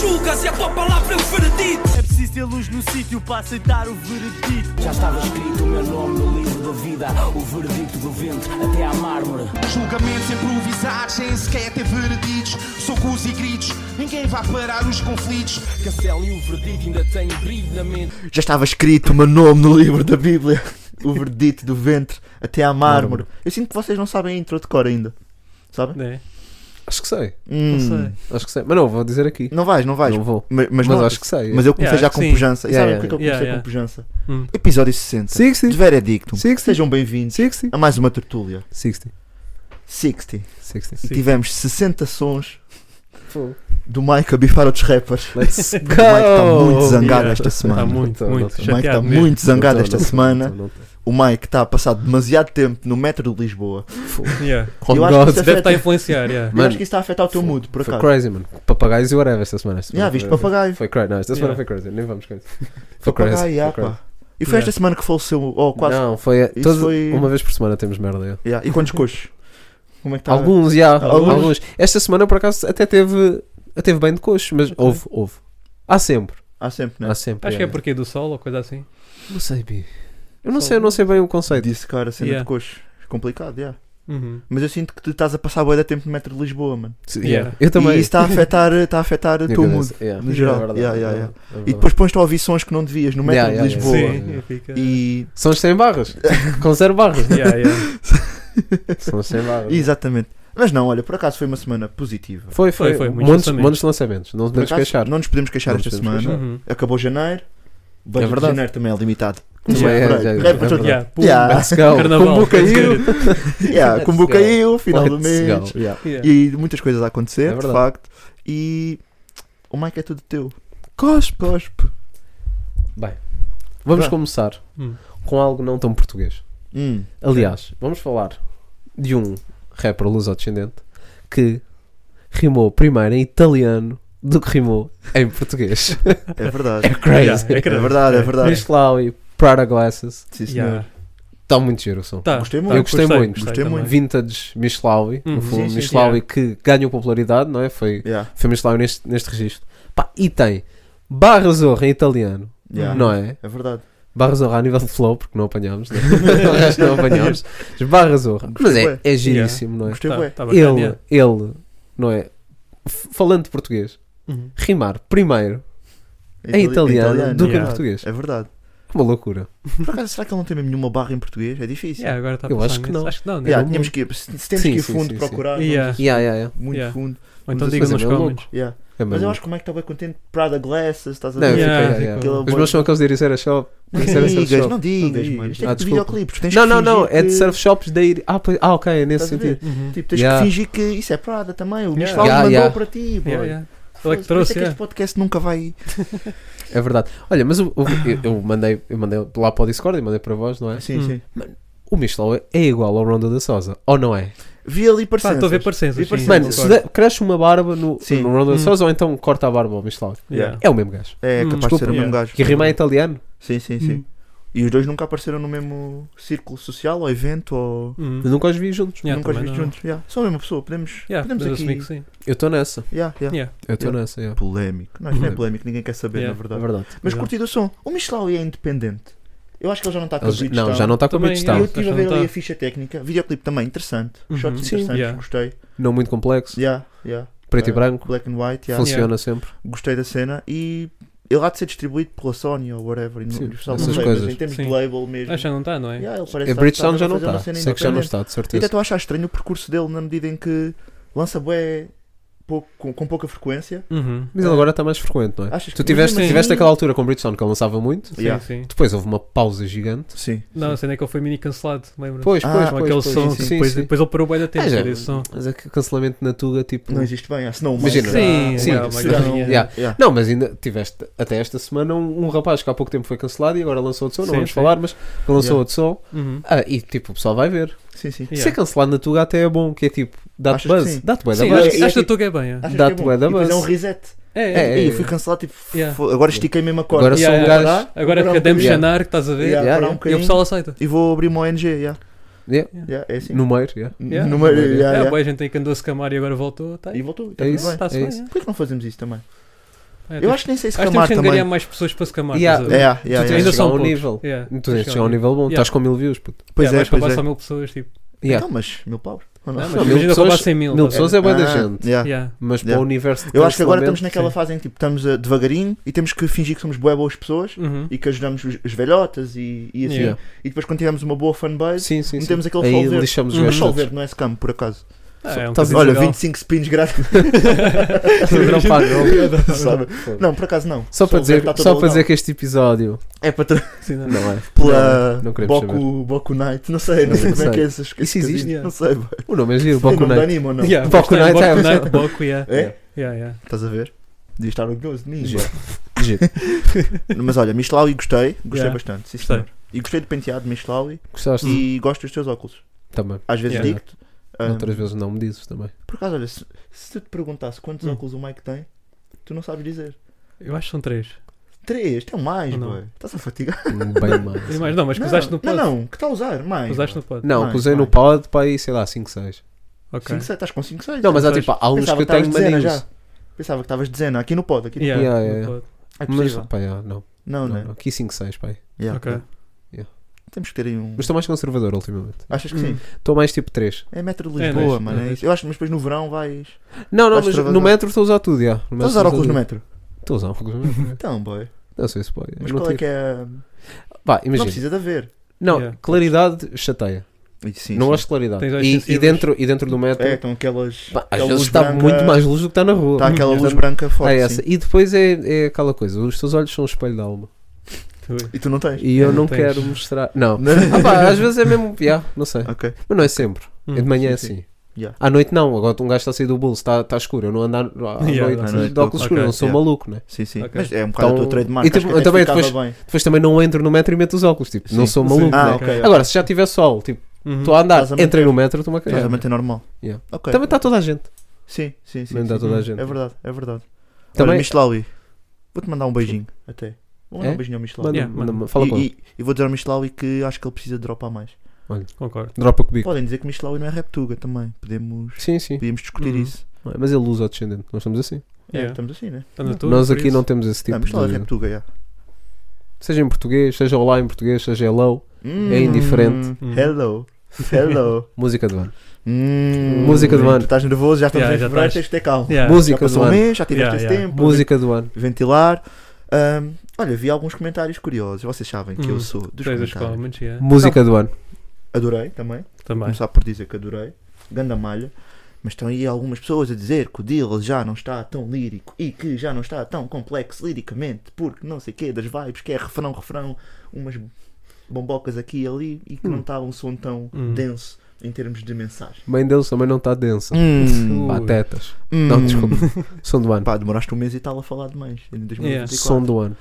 julgas e a tua palavra é o veredito. É preciso ter luz no sítio para aceitar o veredito. Já estava escrito o meu nome no livro da vida, o veredito do vento até à mármore. Julgamentos improvisados, sem sequer ter vereditos. Socos e gritos, ninguém vai parar os conflitos. Castelo e o veredito ainda têm brilho na mente. Já estava escrito o meu nome no livro da Bíblia. O verdito do ventre até à mármore. Eu sinto que vocês não sabem a intro de cor ainda. Sabem? É. Acho que sei. Hum. Não Acho que sei. Mas não, vou dizer aqui. Não vais, não vais. Não vou. Ma- Mas, Mas não- acho que sei. Mas eu comecei Yeah, já acho com que sim. pujança. E Yeah, sabem yeah. porque é eu comecei Yeah, com yeah. pujança? Hum. Episódio 60. Sim, sim. De Veredictum. 60. Sejam bem-vindos 60. a mais uma tertúlia. 60. 60. 60. E tivemos 60 sons Fogo. do Mike a bifar outros rappers. Let's O Mike está muito go. zangado Yeah. esta semana. Está muito, Não, muito. não, não. O Mike está chateado mesmo. muito zangado Não, esta não, não, semana. não, não, não. O Mike está a passar demasiado tempo no metro de Lisboa. Fogo. Yeah. Oh Eu acho God. que isso é- Deve estar a influenciar, yeah. Eu Mano, acho que isso está a afetar o teu foi- mood, por foi acaso. crazy, mano. Papagaios e whatever esta semana. Esta Já semana viste foi- papagaio. Foi crazy. Não, esta semana Yeah. foi crazy. Nem vamos com isso. Foi crazy. Papagaio, yeah, foi crazy. pá. E foi esta Yeah. semana que faleceu, ou quase. Não, foi, Isso toda- foi- Uma vez por semana temos merda. eu. Yeah. E quantos coxos? Como é que está? Alguns, já. Alguns. Alguns. Esta semana, por acaso, até teve, até teve bem de coxo, mas houve, houve. Há sempre. Há sempre, né? Há sempre. Acho que já, é porque é do sol ou coisa assim. já. Não sei, Bi. Eu não Só- sei, eu não sei bem o conceito. Disse, cara, cena Yeah. de coxos. Complicado, yeah. Uhum. Mas eu sinto que tu estás a passar boa da tempo no metro de Lisboa, mano. Yeah. Eu também. E isso está a afetar, está a afetar o Minha teu mood. cabeça, yeah. no geral. É verdade, Yeah, yeah, é yeah. verdade, é E verdade. depois pões-te a ouvir sons que não devias no metro Yeah, yeah, de yeah. Lisboa. Sim, yeah. fica. E. São os 100 barras. Com 0 barras. Yeah, yeah. São os 100 barras. Exatamente. Mas não, olha, por acaso foi uma semana positiva. Foi, foi. Foi, foi, muitos Montes, lançamentos. montes de lançamentos. Não Por podemos acaso, queixar. Não nos podemos queixar Não esta nos podemos É semana. Uhum. Acabou janeiro. Budget de verdade. janeiro também é limitado. Também Yeah, é, por aí. já- Rappers é todos- verdade. Yeah, pum. Yeah. Let's go. Carnaval, Combo let's caiu. Yeah, Let's Combo go. caiu, final do Let's mês. go. Yeah. É. Yeah. E muitas coisas a acontecer, É de verdade. facto. E o Mike é tudo teu. Cospe. Cospe. Vamos Vá. começar Hum. com algo não tão português. Hum. Aliás, vamos falar de um rapper luso-descendente que rimou primeiro em italiano do que rimou em português. É verdade. Yeah, é É crazy. verdade, é verdade. Miss Lowey, Prada Glasses. Sim, senhor. Yeah. Está muito giro o som. Tá, Gostei tá, muito. Eu gostei muito, gostei também. muito. Vintage Miss Lowey, Uhum. no fundo, Sim, é. sim, Miss sim. Lowey que ganhou popularidade, não é? Foi, Yeah, foi Miss Lowey neste, neste registro. Pá, e tem Barra Zorra em italiano, yeah. não é? É verdade. Barra Zorra a nível de flow, porque não apanhámos, né? o resto não apanhámos. Mas Barra Zorra. Mas é, é giríssimo, não é? Gostei, Tá, bué. tá bacana, ele, yeah. ele, não é? F- Falando de português, Uhum. rimar primeiro Itali- em italiano, do que yeah. em português. É verdade. Uma loucura. Por acaso, será que ele não tem mesmo nenhuma barra em português? É difícil. Yeah, agora tá a Eu pensar acho que nisso. não. Acho que não, né? Yeah, tínhamos que ir, se se temos é um Sim, que ir sim, fundo sim, procurar, vamos Yeah. Yeah, yeah, yeah. muito Yeah. fundo. Ou então Mas diga é nos meio comments. Yeah. É Mas eu maluco. acho que é o Mike estava contente. Prada Glasses, estás a Não, é ver? eu Yeah, fiquei- ficou. Aquele Os boy- meus são aqueles de Ericeira Shop. Não Ericeira Surf digas, Shop. não digas, Não mano. Isto é digas. Ah, tipo desculpa. videoclipes. Tens Não, que não, não. fingir É de que- surf shops da Eri- Ah, pois- ah, ok, é nesse Estás a ver? sentido. Uhum. Tipo, tens Yeah. que fingir que isso é Prada também. O Yeah. Michel Yeah, mandou yeah. para ti, boy. Yeah, yeah. Ele é que Por trouxe, isso é que este yeah. podcast nunca vai. É verdade. Olha, mas o- o- eu, eu mandei, eu mandei lá para o Discord e mandei para vós, não é? Sim, Hum. sim. O Michel é igual ao Ronda da Sousa, ou não é? Vi ali Pá, parecenças. Estou a ver parecenças. E sim, Mano, concordo. se der- cresce uma barba no, Sim. no Ronda Hum. da Sousa ou então corta a barba ao Michel. Yeah. É o mesmo gajo. É Hum, capaz de ser desculpa. o mesmo Yeah. Hum. gajo. Que rima em italiano. Sim, sim, sim. E os dois nunca apareceram no mesmo círculo social, ou evento, ou. Uhum. Eu nunca os vi juntos. Yeah, nunca os também viste não- juntos. Yeah. São a mesma pessoa, podemos. Yeah, podemos mas eu aqui. assumi que sim. Eu estou nessa. Yeah, yeah. Yeah. Eu estou Yeah. nessa, yeah. Polémico. Não, isto não é Uhum. polémico, ninguém quer saber, Yeah, na é verdade. verdade. Mas Legal. curti do som. O Michelau é independente. Eu acho que ele já não está com Ele os já- vídeos não, tão- já não está com Também, muito E eu destaque. yeah. estive já a ver não ali tá. a ficha técnica. Videoclipe também, interessante. Uhum. Shots Sim, interessantes, yeah. gostei. Não muito complexo. Yeah, yeah. Preto e Uh, branco. Black and white, yeah. Funciona sempre. Gostei da cena e ele há de ser distribuído pela Sony ou whatever. e não- Sim, não sei, essas mas coisas. em termos de Sim. label mesmo. Acho que já não está, não é? Yeah, ele parece A estar- Bridgestone já estar a não tá fazer uma está. cena Sei que já não independente. está, de E até certeza. estou a achar estranho o percurso dele na medida em que lança bué pouco- com, com pouca frequência. Uhum. Mas ele agora está mais frequente, não é? Achas que- Tu tiveste, Mas mesmo tiveste assim- aquela altura com o Bridgestone que ele lançava muito. Sim, Yeah. sim. Depois houve uma pausa gigante. Sim. Não, a cena é que ele foi mini cancelado, lembra? Pois, Ah, pois, Com pois, aquele pois, som, sim, que sim, depois, sim. depois ele parou bem da tempo. Ah, já. desse som. Mas é que o cancelamento na Tuga, tipo. Não existe bem, ah, senão o Imagina. Mike- Sim, o Mike sim, será sim, um- yeah. Yeah. yeah. Não, mas ainda tiveste até esta semana um, um rapaz que há pouco tempo foi cancelado e agora lançou outro som. Não Sim, vamos sim. falar, mas lançou Yeah. outro som. Uhum. Ah, e tipo, o pessoal vai ver. Sim, sim. Yeah. Ser cancelado na Tuga até é bom, que é tipo, dá-te Achas que buzz. sim? Dá-te buzz. Sim, buzz. acho E que é esta tipo- tuga é bem. é. Achas que Dá-te é bom? bué da E depois é um buzz. reset. É, é. É, Ei, é. fui cancelado, tipo, Yeah. fo- agora estiquei mesmo a corda. Agora Yeah, sou um yeah. gajo. Agora Agora um academos bocadinho. chanar, que estás a ver. Yeah, Yeah, parar yeah. um E o bocadinho pessoal aceita. e vou abrir uma ONG, yeah. Yeah. Yeah, é assim. No meio, yeah. Yeah. Numa- Yeah. yeah, Ah, yeah. boa, a gente tem que andou a secamar e agora voltou. Tá aí. E voltou, está É tudo isso. bem. Tá-se é bem, isso. Por que não fazemos isso também? É, Eu acho que nem sei se acho que temos camar que também. angariar Yeah, mais pessoas para se camar. Yeah. estás a ver? É, yeah, yeah. tu tens Ainda de chegar a são um poucos. nível. Yeah, Tu tens de chegar a ao um nível bom. Yeah. Estás com mil views, puto. Pois yeah, é, vais pois roubar é. só mil pessoas, tipo. Yeah. Então, mas mil paus. Ou não? Não, Não, mas imagina pessoas- roubar 100 mil. mil estás a pessoas é boa da Ah, gente. yeah. ver? Então, Yeah. Mas para Yeah. o universo de Eu acho que agora cancelamento, estamos naquela sim. fase em que tipo, estamos a, devagarinho e temos que fingir que somos bué boas pessoas Uhum. e que ajudamos os, os velhotas e, e assim. Yeah. E depois quando tivermos uma boa fanbase, Sim, sim, sim. metemos aquele Aí solver. lixamos os Uhum. Mas gajos só o todos. verde não é scam, por acaso. Ah, é um Estás a bocadinho Olha, legal. 25 spins grátis. Dropar, não. Sabe? Não, por acaso não. Só para o verde dizer, está todo só para legal. dizer que este episódio É para tra- Sim, não. não é. pela não queremos Boku, Boku Knight. Não sei, não Não sei como é sei. que é essas Isso existe? Não sei, boy. O nome é giro, Tem Boku nome de Night. anime ou não? Yeah, Boku pois tem, Night Time. Night, Boku, yeah. É? Yeah, yeah. Estás a ver? Devia estar orgulhoso de mim. Giro. boy. Giro. Mas olha, Michelaui gostei. Gostei Yeah. bastante. Sim, Gostei. senhor. E gostei do penteado de Michelaui. Gostaste? E gosto dos teus óculos. Também. Às vezes Yeah. digo-te. ah, Outras vezes Hum. não me dizes também. Por acaso, olha, se, se eu te perguntasse quantos Hum. óculos o Mike tem, tu não sabes dizer. Eu acho que são três. Três, tem mais, Não. boy. Estás a fatigar? Bem mal. Tem mais, não, mas que não, usaste no pod. não, não, que está a usar? Mais. Usaste no pod. Não, Mais, que usei no mais. pod para aí, sei lá, 5, 6. 5, Ok. 6, estás com é 5, 6. Não, mas há tipo, há alguns Pensava que eu que estavas tenho dezena maninhos. já. Pensava que estavas dezena, aqui no pod, aqui no Yeah, Yeah, yeah, no yeah. pod. É Mas, possível. pá, já, não. Não, Não, não é? não. Aqui 5, 6, pá. aí. Yeah. Ok. Temos que ter aí um. Mas estou mais conservador ultimamente. Achas que Hum. sim? Estou mais tipo 3. É metro de É, Lisboa, dois, mano. é É isso. Eu acho que mas depois no verão vais. Não, não, mas Mais no conservador. metro estou a usar tudo, já. Estás a usar óculos no metro? Estou a usar óculos no metro. Então, boy. Não sei se pode. Mas não qual é tiro. que é. a- Vá, Não É imagina. precisa de haver. Não, Yeah. claridade chateia. E Sim, não sim. gosto de claridade. Tens olhos E- E, sensíveis. dentro, e dentro do metro, É, estão aquelas. pá, às aquela vezes luz está branca- muito mais Uhum. É, luz do que está na rua. Está aquela luz Portanto, branca há forte. essa. sim. E depois é, é aquela coisa: os teus olhos são o espelho da alma. Tu- E tu não tens? E eu Não não É, tens. quero mostrar. Não. Ah, pá, às vezes é mesmo. Yeah, não sei. Ok. Mas não é sempre. é de Hum, manhã sim, é assim. Yeah. À noite não. Agora um gajo está a sair do bolso, está, está escuro. Eu não ando à, à Yeah, noite à noite, de óculos escuros, ok, não sou yeah. maluco, né? Sim, sim. Ok. Mas é um bocado Então- o teu trademark. e E tipo, eu também depois- Bem. Depois também não entro no metro e meto os óculos. Tipo, não Sim. sou Sim. maluco, Ah, né? ok. ok. Agora, se já tiver sol, tipo, Uhum. estou a andar, Estás a entrei no metro, estou-me a Estás a cagar. manter normal. Yeah. Ok. Também está toda a gente. Sim, Também sim, sim. tá- sim. está toda a gente. É verdade, é verdade. Também... Também- Olha, Michelaui, vou-te mandar um beijinho até. Vou mandar É? um beijinho ao Michelaui. Manda, Yeah, manda- manda. fala com e, ele. e, e vou dizer ao Michelaui que acho que ele precisa de dropar mais. Concordo. Dropa comigo. Podem dizer que Michelaui não é Reptuga também. Podemos, Sim, sim. podíamos discutir Uhum. isso. É, Mas ele usa o descendente, nós estamos assim. É, Yeah. estamos assim, né? Tá na tua, nós por aqui isso. não temos esse tipo não, de. Michelaui é Reptuga, yeah. Seja em português, seja olá em português, seja hello. Hum, É indiferente. Hum. Hello. Hello. Música do ano. Hum, Música do ano. Tu estás nervoso, já estamos Yeah, em já fevereiro, estás. tens de ter calma. Yeah. Já Música do passou um ano. mês, já tiveste Yeah, esse yeah. tempo. Música do ano. Ventilar. Ahm, olha, vi alguns comentários curiosos. Vocês sabem que Hum, eu sou dos Tens os comentários. comments, yeah. Música do ano. Adorei também. Também. Começar por dizer que adorei. Ganda malha. Mas estão aí algumas pessoas a dizer que o Dill já não está tão lírico e que já não está tão complexo liricamente porque não sei o quê das vibes, que é refrão, refrão, umas bombocas aqui e ali e que não está um som tão Hum. denso em termos de mensagem. Mãe deles também não está densa. Hum. Patetas. Hum. Não, desculpa. Som do ano. Pá, demoraste um mês e tal a falar de mães. Em 2024. Som do ano.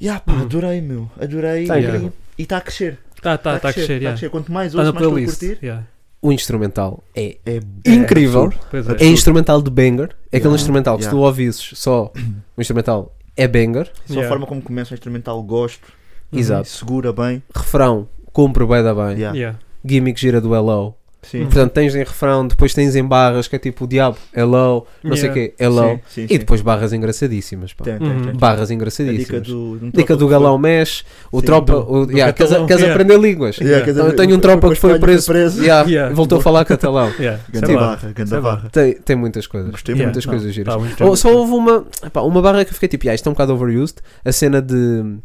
Yeah, Hum. pá, adorei, meu. Adorei. Tá e- incrível. e está a crescer. Tá, tá, Está tá a crescer, tá yeah. Quanto mais Tá na ouço, mais estou a playlist. curtir. yeah. O instrumental é É, incrível. Pois É é. instrumental de banger. É aquele Yeah, instrumental que se tu yeah. ouvisses só o instrumental é banger. Só Yeah. a forma como começa o instrumental, gosto. Exato. Segura bem. Refrão, cumpre bem da bem. Yeah. Uhum. Yeah. Gimmick gira do hello. Sim. Portanto, tens em refrão, depois tens em barras que é tipo o diabo, hello, não sei Yeah. o quê, hello. Sim, sim, E sim. depois barras engraçadíssimas. Pá. Tem, tem, Uhum. tem. Barras A dica engraçadíssimas. do, de um Dica tropa do que galão mexe, o Sim, tropa. do- o- do yeah, queres catalão, queres yeah. aprender línguas? foi- Yeah, quer dizer, Então eu tenho um o- tropa o que foi Espanha preso, yeah, Yeah. voltou a falar catalão. Yeah. Ganda Sei lá. barra, ganda Sei lá. barra. Tem, tem muitas coisas. Gostei Yeah. muito. Muitas Não. coisas giras. Tá muito Oh, Ou- só houve uma, epá, uma barra que eu fiquei tipo, "Ya, isto é um bocado overused. A cena de.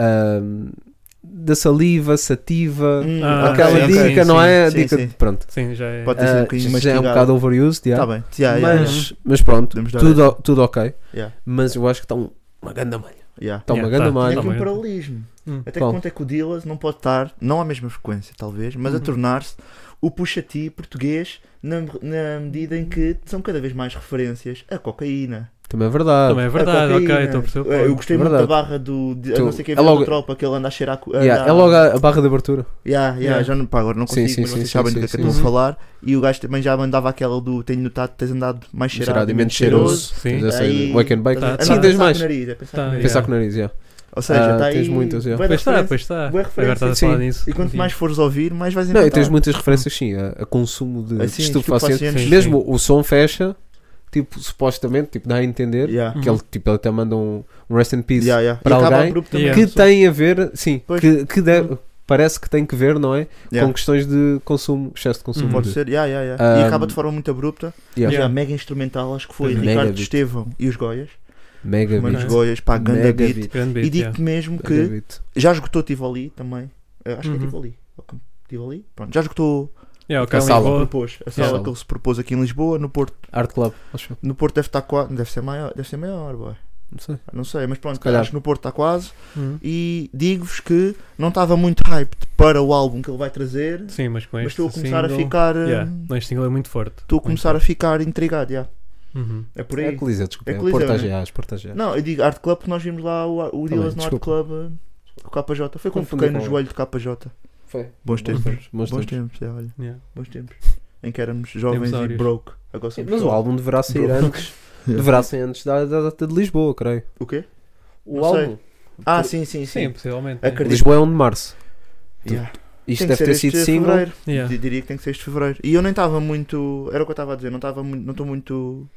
ahm, da saliva, sativa. Hum, Ah, ok, aquela ok, sim, dica, sim, não é? A sim, dica. sim. Pronto. Sim, já é. Pode ter sido um Ah, bocadinho já é um mastigado. bocado overused, Está yeah. bem. Yeah, yeah, yeah. mas, mas pronto, Podemos dar tudo, tudo ok. Yeah. Mas eu acho que está um- uma grande malha. Yeah. Está uma Yeah, grande tá. Tem malha. Tá aqui um bem. paralelismo. Hum. Até que Qual? ponto é que o Dillas não pode estar, não à mesma frequência, talvez, mas a tornar-se o puxati português na, na medida em que são cada vez mais referências à cocaína. Também é verdade. Também é A verdade, ok, cocaína. estou a perceber. o É, Eu ponto. gostei Verdade. muito da barra do. de- Tu- eu não sei quem é é a logo- tropa, que ele anda a cheirar. co- Yeah, anda- É logo a, a barra de abertura. Yeah, yeah, Yeah. Já não, pá, agora não Sim, consigo, sim, mas sim, vocês sim, sabem sim, do que é que sim. eu estou Uhum. a falar. E o gajo também já mandava aquela do. Tenho notado que tens andado mais cheirado e menos cheiroso. Sim. Tens essa Aí- Wake and Bake. Tá. Andar a Sim, Tá. tens pensar com mais. o nariz, a pensar Tá. com o nariz. Yeah. Pensar com o nariz, yeah. Ou seja, Ah, está tens aí. muitas, yeah. bué de Pois está, referências. pois está. Boa Agora referência, estás a sim. falar nisso. E quanto mais fores ouvir, mais vais tá. Não, e encontrar. tens muitas referências, sim, a, a consumo de Assim, estupefacientes. estupefacientes, Mesmo o som fecha tipo, supostamente, tipo, dá a entender Yeah. que ele, tipo, ele até manda um, um rest in peace Yeah, yeah. para e acaba alguém abruptamente. que só. tem a ver, sim, Pois. que, que deve- parece que tem que ver, não é? Com Yeah. questões de consumo, excesso de consumo. Uhum. Pode de- ser, yeah, yeah, yeah. e Um, acaba de forma muito abrupta. Yeah. Yeah, mega instrumental, acho que foi Mega Ricardo beat. Estevão e os Goias. Mega Mano, beat. os beat. Goias, pá, ganda Mega beat. beat. Grande beat, E digo yeah. mesmo é. que Mega beat. já esgotou Tivoli também. Eh, acho que Uhum. é Tivoli. Ok, Tivoli? Pronto, já esgotou Yeah, ok, A sala. o que Lisboa. propôs. A sala Sala. que ele se propôs aqui em Lisboa, no Porto. Art Club, acho eu. No Porto deve estar quase. Deve ser maior, deve ser maior, boy. Não sei. Não sei, mas pronto, calhar. acho que no Porto está quase. Uhum. E digo-vos que não estava muito hyped para o álbum que ele vai trazer, Sim, mas com mas este estou a começar single- a ficar. eh, Yeah. Não, este single é muito forte. Estou a começar a ficar intrigado, já. Uhum. É por É aí. a Coliseu, desculpa. É É a Coliseu, Porta né? GA, as Porta GA. Não, eu digo Art Club porque nós vimos lá o, o Dealers no Art Tá desculpa. Club, eh, o KJ. Foi quando Confundi toquei no com- joelho do KJ. Foi. Bons tempos. Bons Bons tempos. tempos, é, olha, Yeah. bons tempos. Em que éramos jovens e áureos. broke. Agora somos Mas o jovens. álbum deverá sair antes. Deverá sair antes da da data de Lisboa, creio. O quê? O Não sei. um álbum. Ah, sim, sim, Sim, sim. possivelmente. Acredito. Lisboa é 1 de março. Yeah. Isto Tem que deve ser ter este sido single. fevereiro. Yeah. Di- Diria que tem que ser este fevereiro. E eu nem estava muito. Era o que eu estava a dizer, não estava muito. Não estou muito.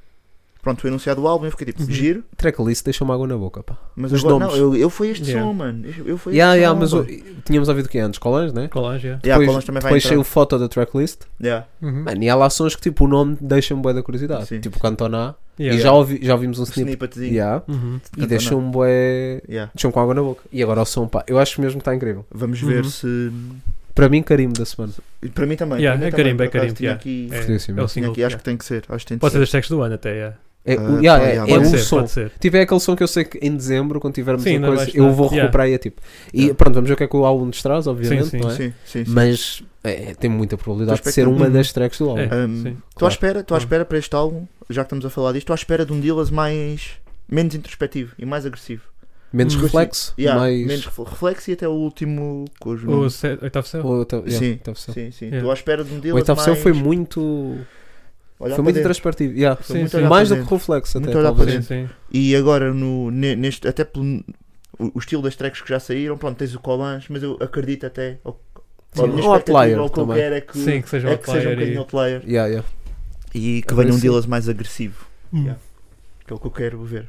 Pronto, foi anunciado o álbum, eu fiquei tipo, Uhum. giro. Tracklist deixa-me água na boca, pá. Mas Os agora. Não, nomes. eu, eu fui este Yeah. som, mano. Eu eu fui Yeah, este yeah, som. mas o- boy. tínhamos ouvido que antes, Colãs, né? Colage, yeah. Yeah, depois Colons também vai depois entrar. saiu foto da tracklist. Yeah. Uhum. Mano, e há lá sons que tipo o nome deixa-me bué da curiosidade. Sim. Tipo Cantona. Yeah. E já, ouvi, já ouvimos um snippet. Snippetzinho. Yeah. Yeah, Uhum. e deixou-me bué. Deixou-me com água na boca. E agora o som, pá. Eu acho mesmo que está incrível. Vamos ver Uhum. se. Para mim, carimbo da semana. Para mim também. Yeah, para mim é também, carimbo, por é acaso, carimbo, tinha yeah. aqui- É, Fortíssimo. é o tinha single. aqui, Acho yeah. que tem que ser. Acho que tem de Pode ser ser. das tracks do ano até, yeah. É, o- Ah, pá, yeah, é- yeah, é Pode um ser, som. pode ser. Tipo, é aquele som que eu sei que em dezembro, quando tivermos Sim, uma ainda coisa, vai eu estar. vou Yeah. recuperar e é tipo. E Yeah. pronto, vamos ver o que é que o álbum nos traz, obviamente, sim, não é? Sim, Uhum. sim, sim. Mas é, tem muita probabilidade Estou de ser uma expectante. das tracks do álbum. É. Um, Sim. Estou à Claro. espera, estou à Hum. espera para este álbum, já que estamos a falar disto, estou à espera de um Dillas mais menos introspectivo e mais agressivo. Menos Hum. reflexo, Yeah, mais. Menos refle- reflexo e até o último cujo O nome- se- oitavo céu? Ou oitavo- yeah, Sim, oitavo céu. Sim, sim. Yeah. Estou à espera de um O Dillas oitavo mais céu foi muito. Foi olhar para muito dentro. introspectivo. yeah. Foi Sim, muito sim. olhar Mais do para que dentro. reflexo, Muito até. olhar talvez. para Sim, dentro. sim. E agora no ne- neste até pelo o, o estilo das tracks que já saíram, pronto, tens o Colange, mas eu acredito até ao, Sim, a minha um expectativa, outlier ao que eu também. quero é que, Sim, que seja é que seja um outlier e- bocadinho outlier Yeah, yeah. e que Agora venha um sim. Dillas mais agressivo, Hum. Yeah. que é o que eu quero ver.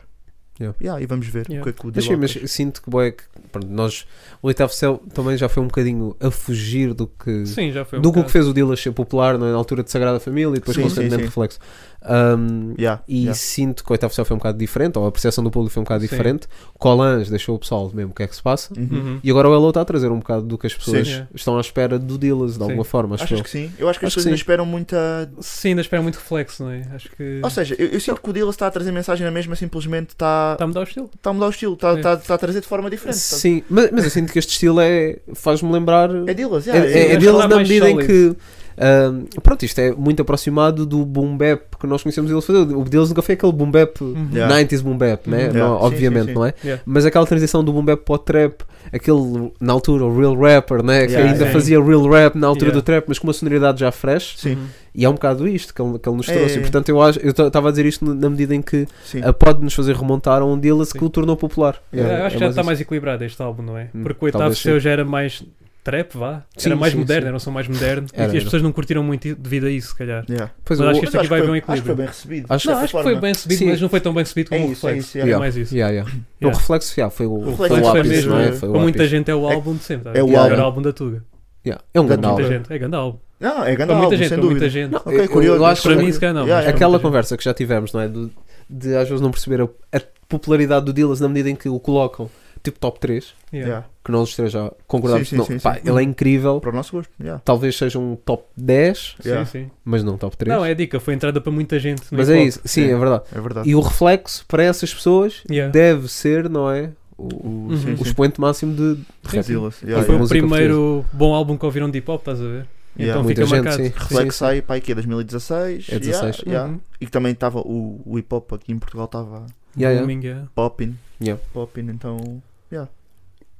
Yeah. e vamos ver Yeah. o que é que o Mas sim, Dillaz mas sinto que, bué que pronto, nós, o oitavo céu também já foi um bocadinho a fugir do que Sim, já foi um do que o bocado. que fez o Dillas ser popular não é? na altura de Sagrada Família e depois Sim, constantemente sim, sim. reflexo. Um, Yeah, e yeah. sinto que o oitavo céu foi um bocado diferente, ou a percepção do público foi um bocado Sim. diferente. Colange deixou o pessoal mesmo o que é que se passa. Uhum. Uhum. E agora o Elo está a trazer um bocado do que as pessoas Sim. estão à espera do Dillas, de alguma forma, acho é. Achas eu. que é sim? Eu acho que as Acho que pessoas ainda sim. esperam muita. Sim, ainda espera muito reflexo, não é? Acho que. Ou seja, eu, eu sinto que o Dillaz está a trazer mensagem na mesma, simplesmente está, Está a mudar o estilo. está a mudar o estilo, está, É. está, está a trazer de forma diferente. está- Sim, mas, mas eu sinto que este estilo é faz-me lembrar É Ah, Dillaz, É, yeah, é, é acho que deles na lá é mais medida em sólido. que. ahm, pronto, isto é muito aproximado do boom bap que nós conhecemos eles fazer. O deles nunca foi aquele boom bap. Yeah. 90s boom bap, né? Uhum. Yeah. Não, Sim, obviamente, sim, sim. não é? Uhum. Yeah. Mas aquela transição do boom bap para o trap, aquele, na altura, o real rapper, né? que Yeah, ainda sim. fazia real rap na altura Yeah. do trap, mas com uma sonoridade já fresh. Sim, E é um bocado isto que ele, que ele nos É, trouxe. é, E, é. portanto, eu acho, eu estava a dizer isto na medida em que sim. ah, pode nos fazer remontar a um deles que Sim. o tornou popular. Eu É, acho que já é tá está isso. mais equilibrado este álbum, não é? Hum, Porque o oitavo talvez seu já era mais trap, vá. Sim, era mais sim, moderno, sim. era um som mais moderno. Era, e as era. pessoas não curtiram muito i- devido a isso, se calhar. Yeah. Pois Mas o- acho que este aqui Mas vai acho haver um que foi- Acho que foi equilíbrio. bem recebido. Acho- Desta Não, acho que forma. foi bem subido, Sim. mas não foi tão bem subido como É o isso, é reflexo. isso. É yeah. Yeah. mais isso. Yeah, yeah. O Yeah. reflexo yeah, foi o, reflexo foi o foi Reflexo ápice, mesmo, não é? uh, Foi o Para muita ápice. gente é o álbum de sempre. tá? é o Era álbum. o álbum da Tuga. Yeah, É um Para grande Muita Álbum. álbum. gente, é grande álbum. Não, é grande Para muita álbum, gente, sem para muita dúvida. gente. Ok, eu- curioso. eu acho mas Para mim, curioso. se calhar não. Yeah, mas- Aquela muita conversa que já tivemos, não é? De, de às vezes não perceber a, a popularidade do Dillas na medida em que o colocam tipo top 3, Yeah. Yeah. que nós os três já concordamos. Sim, sim, não, sim, pá, sim. Ele é incrível, Para o nosso gosto. yeah. talvez seja um top 10, Yeah. Sim, sim. mas não top 3. Não, é a dica, foi entrada para muita gente. no mas é hip-hop. isso, sim, Sim. é verdade. É verdade. E o reflexo para essas pessoas Yeah. deve ser, não é? O, o, O- Uhum. sim, o sim. expoente máximo de. Sim, Dillaz, yeah, E foi yeah. o música primeiro bom álbum que ouviram de hip hop, estás a ver? Yeah. Então Muita fica gente, marcado. sim. Reflex Sim, sim. sai para aqui 2016. É 16. yeah, yeah. Uhum. E que também estava o, o hip hop aqui em Portugal estava Yeah, yeah. Booming, yeah. popping. Yeah. Popping, então. yeah.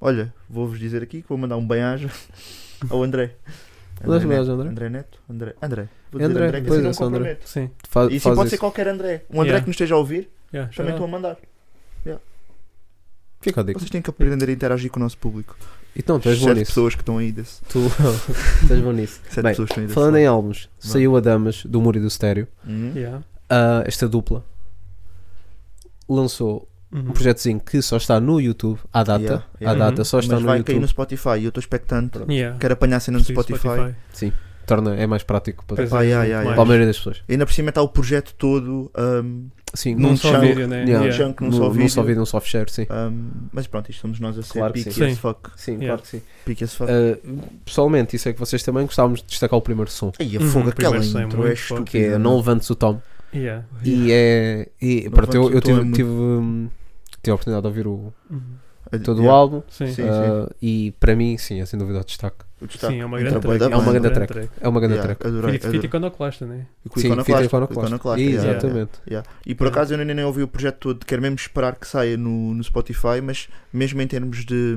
Olha, vou-vos dizer aqui que vou mandar um banhajo ao André. Dás-me Neto. beijo, André. André Neto? André. André. Vou dizer André, André, que pois assim é, não só André. comprometo. Sim. Fa- E sim, faz pode ser isso. qualquer André. Um André Yeah. que nos esteja a ouvir, Yeah, shout também out. estou a mandar. Fica a dica. Vocês têm que aprender a interagir com o nosso público. Então, tu és bom Sete nisso. pessoas que estão aí desse. Tu, tu és bom nisso. Sete Bem, pessoas que estão aí desse. Falando em lado. álbuns, saiu a Damas do Muro e do Estéreo. Uhum. Yeah. ah, esta dupla lançou um Uhum. projetozinho que só está no YouTube à data. Hum. Yeah, À yeah. Uhum. data, só está Mas no vai cair YouTube. no Spotify e eu estou expectante. Yeah. Quero apanhar a cena no Sim, Spotify. Torna, é mais prático para, Pois Pá, é, yeah, muito yeah, mais. para a maioria das pessoas. Ainda por cima está o projeto todo. um, Sim, Num Não num- só chão. vídeo, né? Yeah. Yeah. Chunk, num só num só vídeo. vídeo, num só fecheiro, sim. um, mas pronto, isto somos nós a ser Claro que picky sim. as Sim. fuck. Sim, Yeah. claro que sim. Picky as fuck. Ah, pessoalmente, isso é que vocês também gostávamos de destacar o primeiro som, Aí a Uhum, fogo, aquela primeiro sem intro é muito estúpida. que é Não Levantes o Tom. Yeah. E é. E, Não pronto, eu, eu levantes o tive, tom, é tive, hum, tive a oportunidade de ouvir o, Uhum. todo Yeah, o álbum. Sim. Sim. ah, e para mim, sim, é sem dúvida o destaque. o destaque. Sim, é uma Entra grande bué track. da É uma banda. grande track. É uma grande Yeah, track. Adorei, Fita, fita adorei. iconoclasta, né? Com Sim, Iconoclasta, Fita com Iconoclasta. Iconoclasta, yeah, yeah. Exatamente. Yeah. E por acaso eu ainda nem ouvi o projeto todo, quero mesmo esperar que saia no, no Spotify, mas mesmo em termos de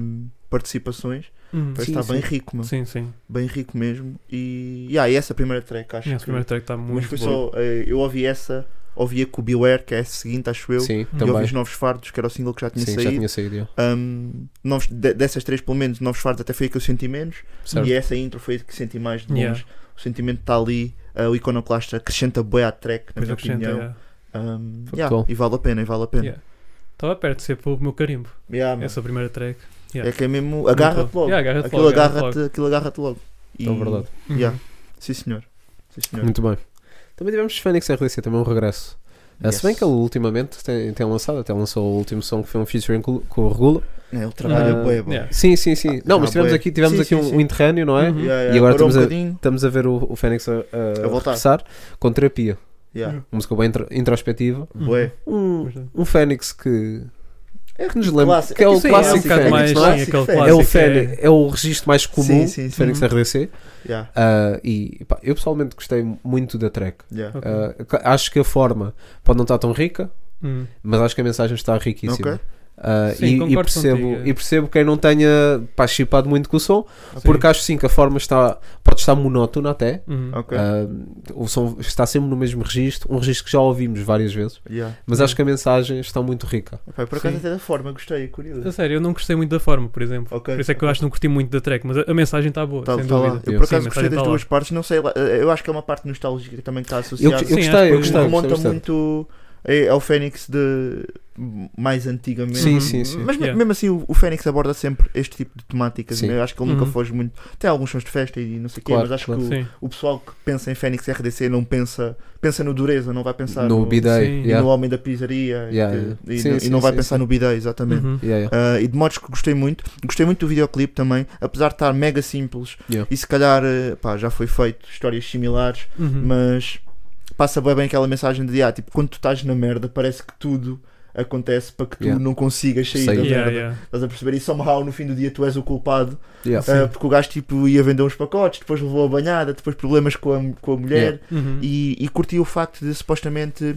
participações, Uhum. parece Sim, que está bem sim. rico, meu. Sim, sim. bem rico mesmo. E, yeah, e essa primeira track, acho Esse que. primeiro track está Mas muito foi bom. só, eh, eu ouvi essa, ouvi a com o Beware, que é a seguinte, acho eu. Sim, E ouvi também. os Novos Fardos, que era o single que já tinha Sim, já saído. tinha saído. yeah. Ahm, novos, de- dessas três, pelo menos, Novos Fardos até foi a que eu senti menos. Certo. E é essa intro foi a que senti mais de longe. Yeah. O sentimento está ali. ah, o Iconoclasta acrescenta boi à track, na Pois minha acrescenta, opinião. yeah. Ahm, Factual. yeah, e vale a pena, e vale a pena. Yeah. Estava perto de ser para o meu carimbo. Yeah, mano. Essa primeira track. yeah. É que é mesmo. Agarra-te Muito- logo. Yeah, agarra-te aquilo logo, agarra-te agarra-te aquilo agarra-te logo. E- Então, verdade. Hum, Uhum. Yeah. Sim, senhor. Sim, senhor. Muito bem. Também tivemos Fênix RDC, também um regresso. Ah, Yes. Se bem que ele ultimamente tem, tem lançado, até lançou o último som que foi um featuring com, com o Regula. É, ele trabalha Ah, bué, bom. yeah. Sim, sim, sim. Ah, não, mas ah, tivemos bué. aqui, tivemos Sim, aqui sim, um, sim. um interrâneo, não é? Uhum. Yeah, E yeah, agora parou um estamos a- bocadinho. Estamos a ver o, o Fênix a, a A voltar. regressar com terapia. Yeah. Uma música bem intro- introspectiva. Uhum. Bué. Um, Verdade. um Fênix que. É que nos lembra. clássico. Que é o é Sim, um clássico bocado Fênix, mais. Fênix, não é? sim, aquele Clássico clássico. É o, Fênix, é o registro mais comum Sim, sim, sim. Fênix Uhum. RDC. Yeah, Ah, e pá, eu pessoalmente gostei muito da track. yeah. Ok. Ah, cl- acho que a forma pode não estar tão rica, Uhum. mas acho que a mensagem está riquíssima. Ok. Ah, Sim, e- e, concordo percebo, contigo. é. e percebo quem não tenha pá, chipado muito com o som, porque Sim. acho sim que a forma está, pode estar monótona até. Uhum. Ok. Ah, o som está sempre no mesmo registro, um registro que já ouvimos várias vezes, Yeah. mas acho que a mensagem está muito rica. Epá, por acaso Sim. até da forma gostei, é Hum. curioso. A sério, eu não gostei muito da forma, por exemplo. Ok. Por isso é que eu acho que não curti muito da track, mas a, a mensagem está boa, Tá- sem tá lá. dúvida. Eu por Sim, a acaso gostei mensagem das tá lá. duas partes, não sei lá, eh, eu acho que é uma parte nostálgica também que está Eu, associada. eu Sim, gostei, acho que eu foi gostei, remonta gostei, gostei. muito eh, ao Fênix de mais antigamente. Sim, Uhum. sim, sim. Mas me- Yeah. mesmo assim, o, o Fênix aborda sempre este tipo de temáticas. Sim. né? Eu acho que ele nunca Uhum. foge muito. Tem alguns sons de festa e não sei o quê, Claro, mas acho claro. que o, Sim. o pessoal que pensa em Fênix RDC não pensa, pensa no dureza, não vai pensar no no, B-Day. sim. e yeah, no homem da pizzaria e Yeah, que- yeah. e, Sim, não- e sim, não vai sim, pensar sim. no B-Day, exatamente. Uhum. yeah, yeah. Ah, e de modos que gostei muito, gostei muito do videoclipe também, apesar de estar mega simples Yeah. e se calhar eh, pá, já foi feito histórias similares, Hum. Uhum. mas passa bem, bem aquela mensagem de ah, tipo, quando tu estás na merda, parece que tudo acontece para que tu Yeah. não consigas sair Sair. da Yeah, merda. yeah. Estás a perceber? E somehow no fim do dia tu és o culpado, Yeah. ah, porque o gajo tipo, ia vender uns pacotes, depois levou a banhada, depois problemas com a, com a mulher Uhum. e, e curti o facto de supostamente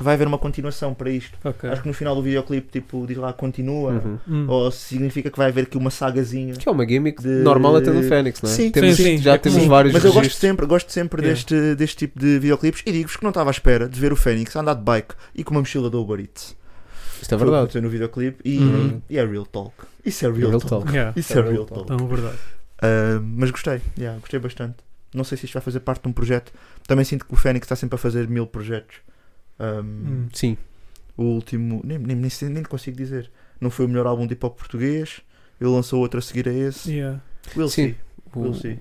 vai haver uma continuação para isto. Ok. Acho que no final do videoclipe tipo, diz lá continua. Uhum. Uhum. Ou significa que vai haver aqui uma sagazinha. Que é uma gimmick De- normal até do Fênix, não é? Sim, Temos- sim, sim. Já É temos comum. vários Mas eu gosto registros. sempre, gosto sempre Yeah. deste, deste tipo de videoclipes e digo-vos que não estava à espera de ver o Fênix a andar de bike e com uma mochila do Uber Eats. Isto é Foi o que verdade. aconteceu no videoclipe e, Uhum. e é real talk. Isso é real, Real talk. talk. Yeah. Isso é, real talk. Então, verdade. Ah, mas gostei, yeah, gostei bastante. Não sei se isto vai fazer parte de um projeto. Também sinto que o Fênix está sempre a fazer mil projetos. Ah, Uhum. Sim. O último, nem, nem, nem, sei- nem consigo dizer. Não foi o melhor álbum de hip hop português. Ele lançou outro a seguir a esse. Yeah. Will Sim. see. Tipo, O- Will um see.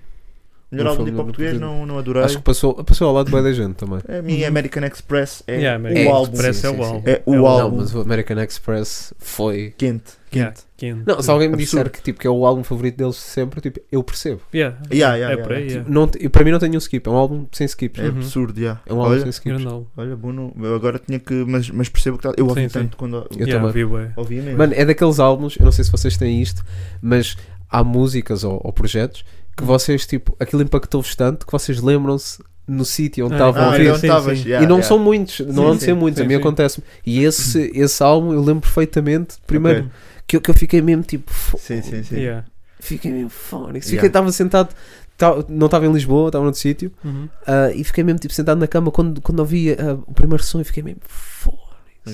Não Melhor álbum foi de o hip melhor hop português, português. não, não adorei. Acho que passou, passou ao lado bem da gente também. A minha American Express é é Yeah, o American álbum Express Sim, é sim, o sim. álbum. É o álbum. Não, mas o American Express foi. quente. Yeah. Quente. Não, se alguém me Absurdo. disser que, tipo, que é o álbum favorito deles sempre, tipo, eu percebo. Yeah. Yeah, yeah, É por yeah, aí, yeah. Não, te- para mim não tem nenhum skip, é um álbum sem skips. É Uhum. absurdo, yeah. É um álbum sem olha, skips. Grande álbum. olha, Bruno, eu agora tinha que. Mas, mas percebo que tá- eu ouvi Sim, sim. tanto quando. Eu Yeah, também. vi bué. Ouvi mesmo. Mano, é daqueles álbuns, eu não sei se vocês têm isto, mas há músicas ou, ou projetos Hum. que vocês, tipo, aquilo impactou-vos tanto que vocês lembram-se no sítio onde Ah, estavam ah, a eu ouvir. não sim, estavas, sim. yeah, e não yeah. são muitos, não Sim, hão de ser sim. Hum. muitos, a Sim, mim sim. acontece-me. E esse, esse álbum eu lembro perfeitamente, primeiro, Ok. que, eu, que eu fiquei mesmo tipo, fo- Sim, sim, sim. Yeah. fiquei mesmo fónico. Yeah. Fiquei, estava sentado, ta- não estava em Lisboa, estava noutro sítio, Uhum. ah, e fiquei mesmo tipo sentado na cama quando, quando ouvi ah, o primeiro som e fiquei mesmo fónico.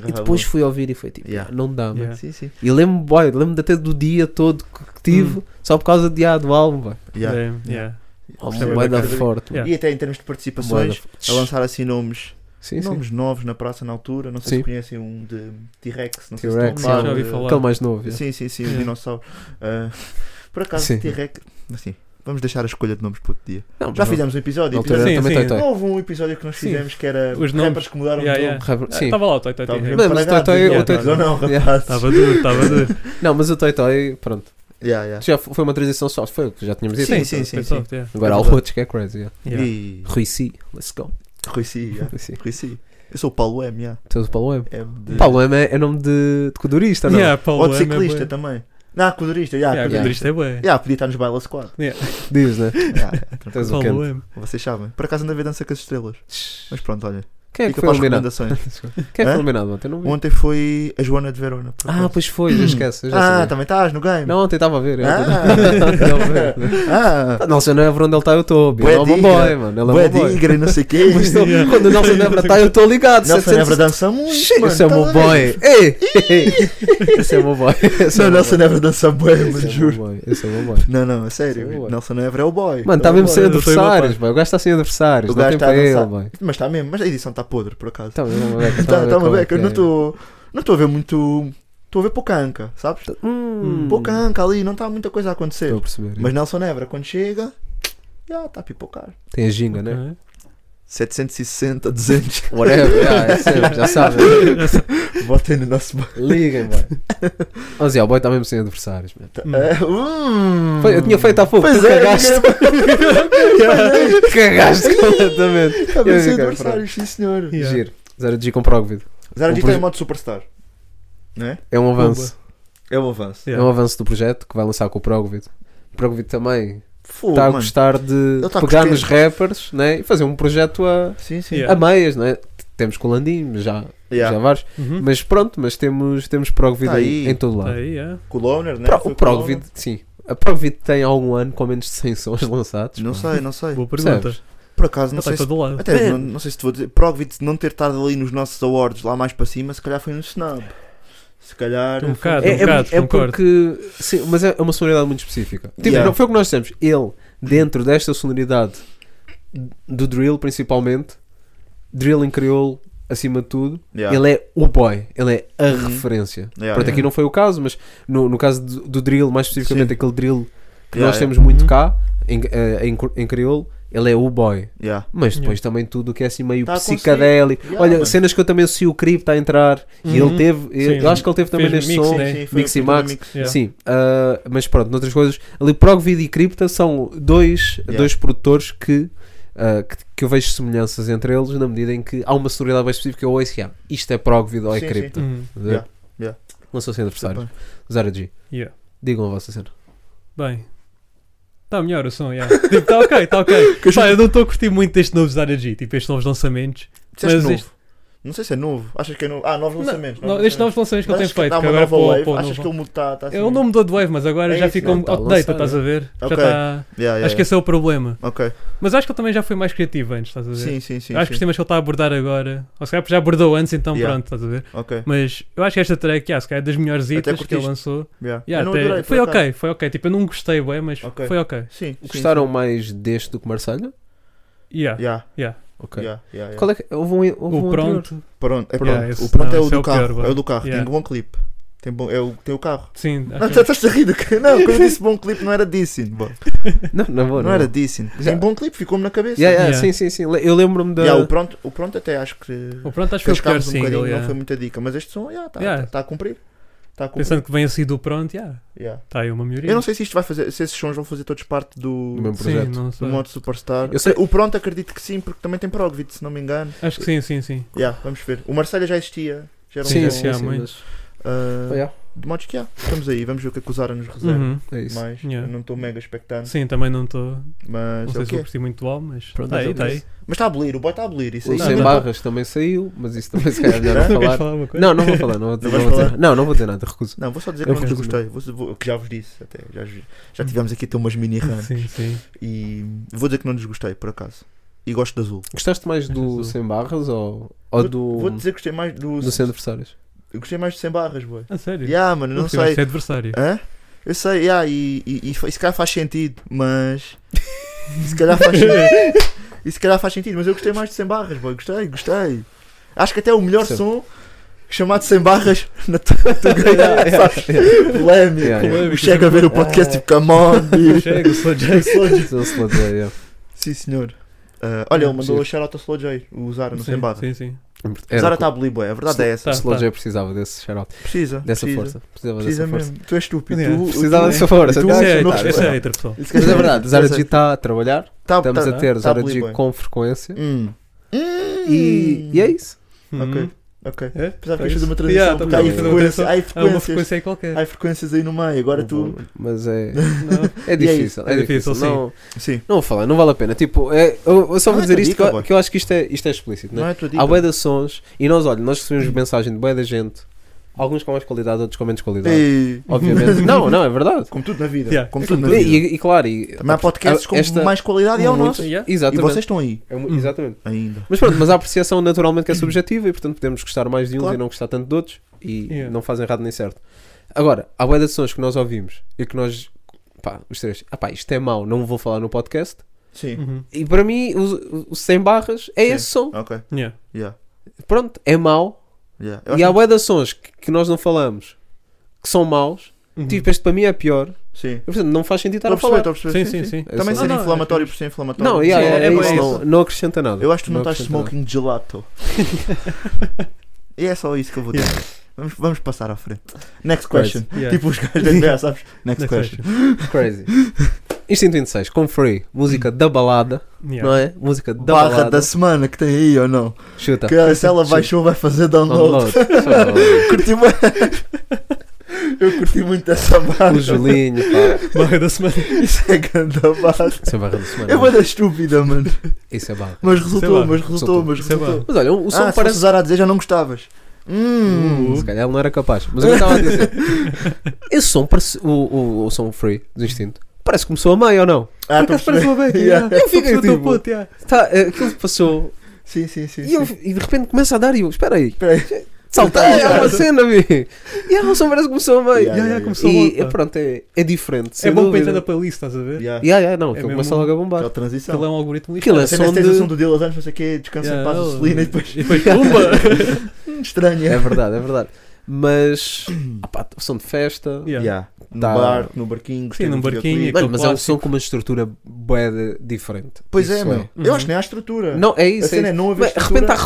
E depois fui ouvir e foi tipo, Yeah. "Ah, não dá, mano. Yeah. Sim, sim. E lembro-me, boy, lembro-me até do dia todo que que tive, só por causa de, ah, do álbum, boy. É. Yeah. Damn, yeah. Percebo Uma moeda bem. forte, Yeah. mano. E até em termos de Uma moeda participações, forte. a lançar assim nomes Sim, sim. Nomes novos na praça na altura, não sei Sim. se conhecem um de T-Rex, não sei se T-Rex, estão a já par, ouvi eh, falar. Aquele mais novo. é. Sim, sim, sim, um É. dinossauro. Ah, por acaso, Sim. T-Rex. Assim, vamos deixar a escolha de nomes para outro dia. Não, Já mas fizemos um na episódio. altura episódio- Sim, também tá, sim. Toy Toy. Não houve um episódio que nós Sim. fizemos que era Os nomes. rappers que mudaram Yeah, de yeah. Tá, nome. Rapper- Sim. tá Estava Ah, lá o Toy Toy Toy. Mas Estávamos tá, mesmo para o Toy Toy- a o Toy gata, Toy- ou não, Yeah. Tá. rapazes? Estava duro, estava duro. Não, mas o Toy Toy, pronto. Yeah, yeah. Já foi uma transição soft, foi o que já tínhamos dito. Sim, sim, sim, Foi sim. soft, yeah. Agora É há verdade. outros que é crazy. Yeah. Yeah. E. Rui Si, let's go. Rui Si, yeah. Rui Si. Rui Si. Eu sou o Paulo M, yeah. Tens o Paulo M. M de... Paulo M é, é nome de, de codurista, Então não? Yeah, Paulo Ou de M é ciclista bué. também. Não, codurista, yeah, Yeah, codurista. Codurista é bué. Yeah, podia estar nos Baila Squad. Diz, né? Yeah, é, tranquilo. Tens um. o Paulo Kent. M. Vocês sabem. Por acaso anda a ver dança com as estrelas. Mas pronto, olha. Quem é que fica foi para as eliminado? recomendações. Quem é que Hã? foi eliminado ontem? Eu Não vi. Ontem foi a Joana de Verona. por Ah, acaso. pois foi, já esquece. eu já Ah, sabia. também estás no game. Não, ontem estava a ver. eu Ah. ontem estava a ver. Ah, Ah, Nelson Évora, onde ele está, eu estou. Ele Bué é um bom digra. boy, mano. Ele é bué um bom boy. digra e não sei o quê. Mas estou- Quando o Nelson tá Évora está, eu estou ligado. Nelson 700. Nebra dança muito. Shit, mano, Esse é o tá meu bem. boy. Ei! Esse é o meu boy. Esse é o Não, meu Nelson boy. Nebra dança bem, Esse mas é o meu juro. boy, Esse é o meu boy. Não, não, é Esse é o sério. boy. Nelson Nebra é o boy. Mano, está É o mesmo boy. sem Eu sou o meu adversários, boy. O gajo está sem adversários. O Não gajo tem está a para ele, dançar. boy. Mas está mesmo, mas a edição está podre, por acaso. Está mesmo uma beca. Está tá uma qual é beca, que eu não é. estou. Não estou a ver muito. Estou a ver pouca anca, sabes? Hum, Pouca anca ali, não está muita coisa a acontecer. Estou a perceber. Mas Nelson Nebra, quando chega, já tá está a pipocar. Tem a ginga, né? Ok. 760, 200. Whatever, ah, é sempre, já sabem. Botem no nosso. ba- Liguem, boy. Mas é, o boy está mesmo sem adversários, mano. É, hum. Foi- eu tinha feito há pouco, Pois tu é, cagaste. eu cagaste completamente. Estava Eu sem fiquei, adversários, sim senhor. Yeah. Giro. Zero G com Progvid. Zara Um Dita é proje- modo superstar. Não é? É um avanço. É o avanço. É um avanço do projeto que vai lançar com o Progvid. O Progvid também Fogo, está a mano. gostar de Ele tá a pegar gostar. nos rappers né, e fazer um projeto a, Sim, sim. Yeah. a meias, né? Temos com o Landim, já, Yeah. Hum. já vários. Uhum. Mas pronto, mas temos, temos Progvid Tá aí, aí. em todo lado. Aí, yeah. Com o Loner, né? Pro- Foi o com Progvid, sim. A Progvid tem algum ano com menos de 100 sons lançados. Loner. Não sei, não sei. Boa pergunta. Percebes? Por acaso, não Está sei em se. Tá, todo lado. Até, não, não sei se te vou dizer. Progvid não ter estado ali nos nossos awards lá mais para cima, se calhar foi um snub. Se calhar. Um foi- bocado, um É, é- bocado, é concordo. porque. Sim, mas é uma sonoridade muito específica. Tipo, Yeah. não foi o que nós dissemos. Ele, dentro desta sonoridade do drill, principalmente, drill em crioulo, acima de tudo, Yeah. ele é o boy, ele é a Uhum. referência. Yeah. Pronto, aqui não foi o caso, mas no, no caso do, do drill, mais especificamente Sim. aquele drill que Yeah, nós yeah. temos muito Uhum. cá, em, eh, em, cr- em crioulo, ele é o boy. Yeah. Mas Yeah. depois também tudo o que é assim meio Tá a conseguir. psicadélico. Yeah, Olha, mano. cenas que eu também associo o Crip está a entrar. E Uhum. ele teve. eu- Sim. eu acho que ele teve também Fez neste mix, som. né? Sim, sim, foi Mix e um puta Max. mix. Yeah. Sim, ah, mas pronto, noutras coisas. Ali, Progvid e Cripta são dois, Yeah. dois produtores que, ah, que, que eu vejo semelhanças entre eles na medida em que há uma sonoridade bem específica. Eu ouço que ah, isto é Progvid ou é Sim, Cripta. Uhum. Yeah, yeah. Lançou sem adversários. Zara G. Yeah. Digam a vossa cena. Bem. Está melhor o som, já. Tipo, está ok, está ok. Pá, eu não estou a curtir muito este novo Zara G, tipo, estes novos lançamentos. Disseste Mas novo. este- Não sei se é novo. Achas que é novo? Ah, novos lançamentos. Não, estes novos lançamentos que ele tem Mas achas feito, dá que uma agora é nova pô, wave? pô, Achas que não ele está tá assim? ele não mudou de wave, mas agora É já isso, ficou não, tá a outdated, lançar, estás a ver? Já né? Ok. está. Yeah, yeah, Acho que yeah. esse é o problema. Ok. Mas acho que ele também já foi mais criativo antes, estás a ver? Sim, sim, sim. acho que sim. os temas que ele está a abordar agora, ou se calhar já abordou antes, então Yeah. pronto, estás a ver? Ok. Mas eu acho que esta track, yeah, se calhar é das melhores Até itas que ele curtiste. lançou. Yeah. Yeah, Eu não até- adorei, por foi acaso. ok, foi ok. Tipo, eu não gostei, bem, mas Ok. foi ok. Sim. sim, Gostaram mais deste do que Marselha? Yeah. Sim. Yeah, Ok. yeah, yeah, yeah. Qual é que. Houve um, houve um O anterior. pronto, Pronto, é Pronto. pronto. Esse o pronto não, é o esse é do o carro. pior, vá. é o do carro. Yeah. Tem bom clipe. Tem, bom, é o, tem o carro. sim. acho Não, que- tu estás a rir do que? Não, quando eu disse bom clipe não era dissing. bom. Não, não, vou, Não não era vou. dissing. Já- Tem bom clipe, ficou-me na cabeça. Yeah, yeah, Yeah. Sim, sim, sim. Le- Eu lembro-me da. Yeah, o, pronto, o pronto até acho que. O pronto acho que foi o pior Cascámos um single, bocadinho, yeah. não foi muita dica, mas este som está yeah, tá- Yeah. tá- tá a cumprir. Está a cumprir. Pensando que vem assim do pronto, já. Yeah. Está aí uma melhoria. Eu não sei um se isto vai fazer, se esses sons vão fazer todos parte do, Do mesmo Sim, projeto. não sei. do modo superstar. Eu sei- O pronto acredito que sim, porque também tem Progvid, se não me engano. Acho que sim, sim, sim. Yeah, vamos ver. O Marselha já existia. Já era um Sim, bom, esse sim, há sim. muito. mas- ah, Oh, yeah, De modos que há. Estamos aí, vamos ver o que acusar nos reserva. Uhum. É isso. Mas Yeah. eu não estou mega expectante. Sim, também não estou. Não Mas é sei o se vou quê? curtir muito do álbum, mas. Pronto, Está aí, mas está é aí. isso. Mas está a abolir, o boy está a abolir. Isso é O aí Não, não Sem dá- Barras também saiu, mas isso também se calhar melhor não Queres falar. falar uma coisa? Não, não vou falar, não vou, não vais vou dizer falar? nada. Não, não vou dizer nada, recuso. Não, vos só dizer Eu que não vos fiz gostei. Vou- vou- que já vos disse até. Já, vos- já tivemos aqui até umas mini run. Sim, sim. E vou dizer que não desgostei, por acaso. E gosto de azul. Gostaste mais do Azul. Sem Barras ou, ou Vou- do, Vou dizer que gostei mais do. do Sem Adversários? eu gostei mais de 100 barras, boy. A Ah, sério. Yeah, mano, não Porque vai sei. ser adversário. Hã? Eu sei, yeah, e, e, e fa- isso se calhar faz sentido, mas. Se calhar faz sentido. E se calhar faz sentido, mas eu gostei mais de 100 barras, boy. Gostei, gostei. Acho que até o melhor Sim. som chamado 100 barras na tua tu ganhas, sabes? Polémico. Yeah, yeah. O Chega a ver o podcast tipo, come on, bicho. Chega, sou Jackson. Sou slow J, yeah. Sim, senhor. Ah, olha, ele mandou Sim. a shout-out ao Slow J, o Zara no 100 Sim, barras. sim, sim. O Era Zara o que está a boy. A verdade é essa. o Slow Tá, J precisava desse shout Precisa. dessa precisa. força. Precisava Precisa dessa mesmo. força. é? Tu és estúpido. Yeah. Tu- Precisava tu- dessa força. tá? tu- Isso Não, é, não, hater, não. isso é hater, pessoal. Mas Mas é verdade, Zara G está a trabalhar, Tá, estamos tá, a ter tá Zara bully G boy. com frequência Hum. e, e é isso. Ok, Hum. ok. É? Pensava que É ias fazer isso. uma transição. Yeah, porque tá há bem, fazer uma influência- É há transição. Há uma influências. frequência aí qualquer. Há influências aí no meio, agora Oh, tu. Mas é, Não. é difícil. É difícil, sim. Não, Sim, não vou falar, não vale a pena. Tipo, é- eu, eu só vou Não é dizer tua isto dica, que, boy. eu, que eu acho que isto é, isto é explícito. não Né? é a tua dica. Há bué de sons e nós, olha, nós recebemos mensagem de bué da gente, alguns com mais qualidade, outros com menos qualidade. E- Obviamente. não, não, é verdade. Como tudo na vida. Yeah. Como tudo na E, vida. e- e claro, e, Também há podcasts com Esta- mais qualidade e é o muito- nosso. E Yeah. exatamente, vocês estão aí é mu- Hum. exatamente. ainda. Mas pronto, mas a apreciação naturalmente que é subjetiva e portanto podemos gostar mais de uns Claro. e não gostar tanto de outros e Yeah. não fazem errado nem certo. Agora, há boia de sons que nós ouvimos e que nós, pá, os três, ah pá, isto é mau, não vou falar no podcast. Sim. Uhum. E para mim, o, o 100 barras é Sim. esse som. Ok. Yeah. Yeah. Pronto, é mau. Yeah. Eu E há acho boia de sons que, que nós não falamos que são maus. Uhum. Tipo, este para mim é pior. que- Sim. E, portanto, não faz sentido estar Estou a a perceber, falar. estou a perceber. Sim, sim, sim. É Também só- ser Não, não, inflamatório é- por ser inflamatório. Não, yeah, yeah, é é, é bem isso, isso. não, não acrescenta nada. Eu acho que tu não, estás acrescenta nada. smoking gelato. e é só isso que eu vou dizer. Vamos, vamos passar à frente. Next question. Yeah. Tipo os gajos da NBA, sabes? Next, Next question. question. Crazy. Instinto 26, com Free, música da balada, Yeah. não é? Música da Barra balada. da semana que tem aí ou não? Chuta. Que se ela baixou, vai fazer Download. download. Só Curti muito. Eu curti muito essa barra. O Julinho, pá. Barra da semana. Isso é grande barra. Isso é barra da semana. É uma da estúpida, mano. Isso é barra. Mas Sei resultou, lá. mas resultou, mas Sei lá. resultou. Mas olha, um, o som Ah, se fosse parece. Uh. usar a dizer já não gostavas. Hum. Se calhar ele né? não era capaz. Mas eu estava a dizer. Esse som parece. O, o, o som free do instinto. Parece que começou a meio ou não? Ah, estou a Parece perceber. uma beca. Yeah. yeah. Eu fiquei Sou teu tipo- puto, yeah. Tá, eh, aquilo passou Sim, sim, sim. e, eu- sim. e de repente começa a dar e eu. Espera aí. Espera aí. Saltei, é uma cena, vi. E a som parece que começou a meio. Então, Yeah, yeah, começou logo, E pá. eh, pronto, é, é diferente. É sem bom para dúvida. entrar na playlist, estás a ver? Yeah. Yeah, yeah, não, É aquilo mesmo- começa logo a Aquela bombar. transição. Aquilo é um algoritmo lixado. Aquilo é Até nessa som tentação de. um do Deal Anjos, não sei o quê, descansa em Yeah, paz, oh, Celina, e depois E depois, pumba! estranha. É verdade, é verdade. Mas. Ah, pá, som de festa. Yeah. Yeah. No Tá. bar, no barquinho. gostei Sim, num muito do barquinho, videoclipe. Olha, aquele mas é um som com uma estrutura boeda diferente. Pois é, Isso meu. Eu Uhum. acho que nem há estrutura. Não, é a isso. É cena é isso. não haver Mas, de repente estrutura. há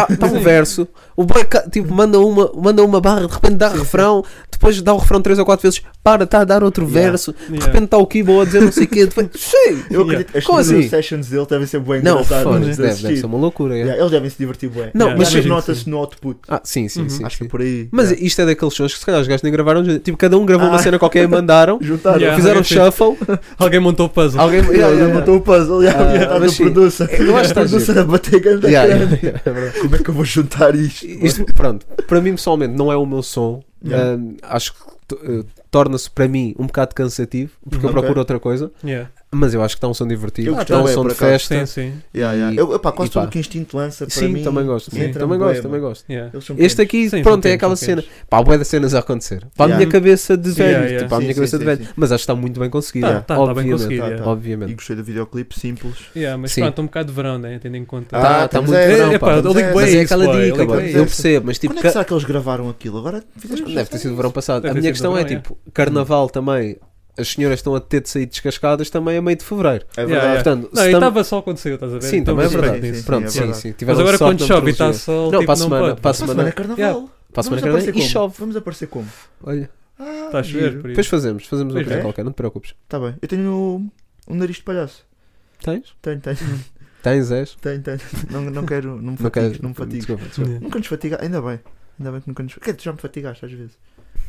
refrão, está um verso, o boy ca- tipo, manda, uma, manda uma barra, de repente dá refrão, depois dá o refrão três ou quatro vezes, para, está a dar outro Yeah. verso, de Yeah. repente está o Kibo a dizer não sei o quê, depois, sei! Eu Yeah. acredito que as Como primeiras assim? sessions dele devem ser bem Não, engraçadas. foda de deve, deve assistir. ser uma loucura. yeah. Yeah, Eles devem se divertir bem. Não, Yeah, Mas imagino que nota-se sim. no output. Ah, sim, sim, Uhum. sim. Acho que sim. é por aí. Mas yeah. isto é daqueles sons que se calhar os gajos nem gravaram, tipo, cada um gravou uma Ah. cena qualquer e mandaram, juntaram. Yeah. fizeram sim. shuffle, Alguém montou o puzzle. alguém. Ele Yeah, yeah, yeah. montou o puzzle. Yeah, Ah, yeah, tá mas no sim. producer. Eu acho O que está giro. producer a bater grande Yeah, a yeah, grande. yeah, é verdade. Como é que eu vou juntar isto? Isto, pronto, para mim pessoalmente não é o meu som. É. Yeah. Ahm, acho que to- eh, torna-se para mim um bocado cansativo, porque eu Ok. procuro outra coisa. Yeah. Mas eu acho que está um som Eu divertido, gostei está um bem, som por de acaso. festa. Sim, sim. Yeah, yeah. E- Eu, epá, quase e tudo pá. o que Instinto lança para Sim, mim. também gosto. sim, entra-me também bué, gosto, também mano. gosto. Yeah. Eles são Este quentes. aqui, Sim, são pronto, é quentes, aquela são cena. quentes. Pá, boé das cenas a acontecer. Para Yeah. a minha cabeça de velho, yeah. tipo, para a Sim, minha sim, cabeça sim, de velho. sim. Mas acho que está muito bem conseguido. Tá, tá, tá bem obviamente. conseguido, yeah. Tá, tá. E obviamente. gostei do videoclipe, simples. Yeah, mas Sim. pronto, um bocado de verão, né? Tendo em conta. Ah, Está estamos Tá, muito a- verão, É, pá, pá. eu ligo Mas bem é isso, aquela pá, eu dica, ligo pá. bem Eu isso. percebo, mas tipo. Quando é ca- que será que eles gravaram aquilo? Agora fizeste Deve ter sido verão passado. Deve A ter sido minha questão é verão, é. tipo, carnaval também, as senhoras estão a ter de sair descascadas também a meio de fevereiro. É Yeah, verdade. yeah. Portanto, Não, se e tam- estava sol quando saiu, estás a ver? Sim, Então, também é respeito verdade. nisso. Sim, Pronto, sim, é sim, verdade. sim. Mas Tiveram agora sorte quando na chove e está meteorologia. sol, Não, tipo, para a semana. pode. Para a Para a semana é semana. carnaval. Para a semana Vamos aparecer carnaval. E como? chove. Vamos aparecer como? Olha, Ah, Está Tá a chover, giro. por depois isso. fazemos, fazemos uma Pois coisa é. qualquer, não te preocupes. Tá bem. Eu tenho um- um nariz de palhaço. Tens? Tenho, tenho, Tens, és? tenho, tenho. Não, não quero, não me Não fatigues, queres- não me fatigues. Desculpa, desculpa. Nunca nos fatiga, ainda bem. Ainda bem que nunca nos fatiga. Quer dizer, já me fatigaste às vezes.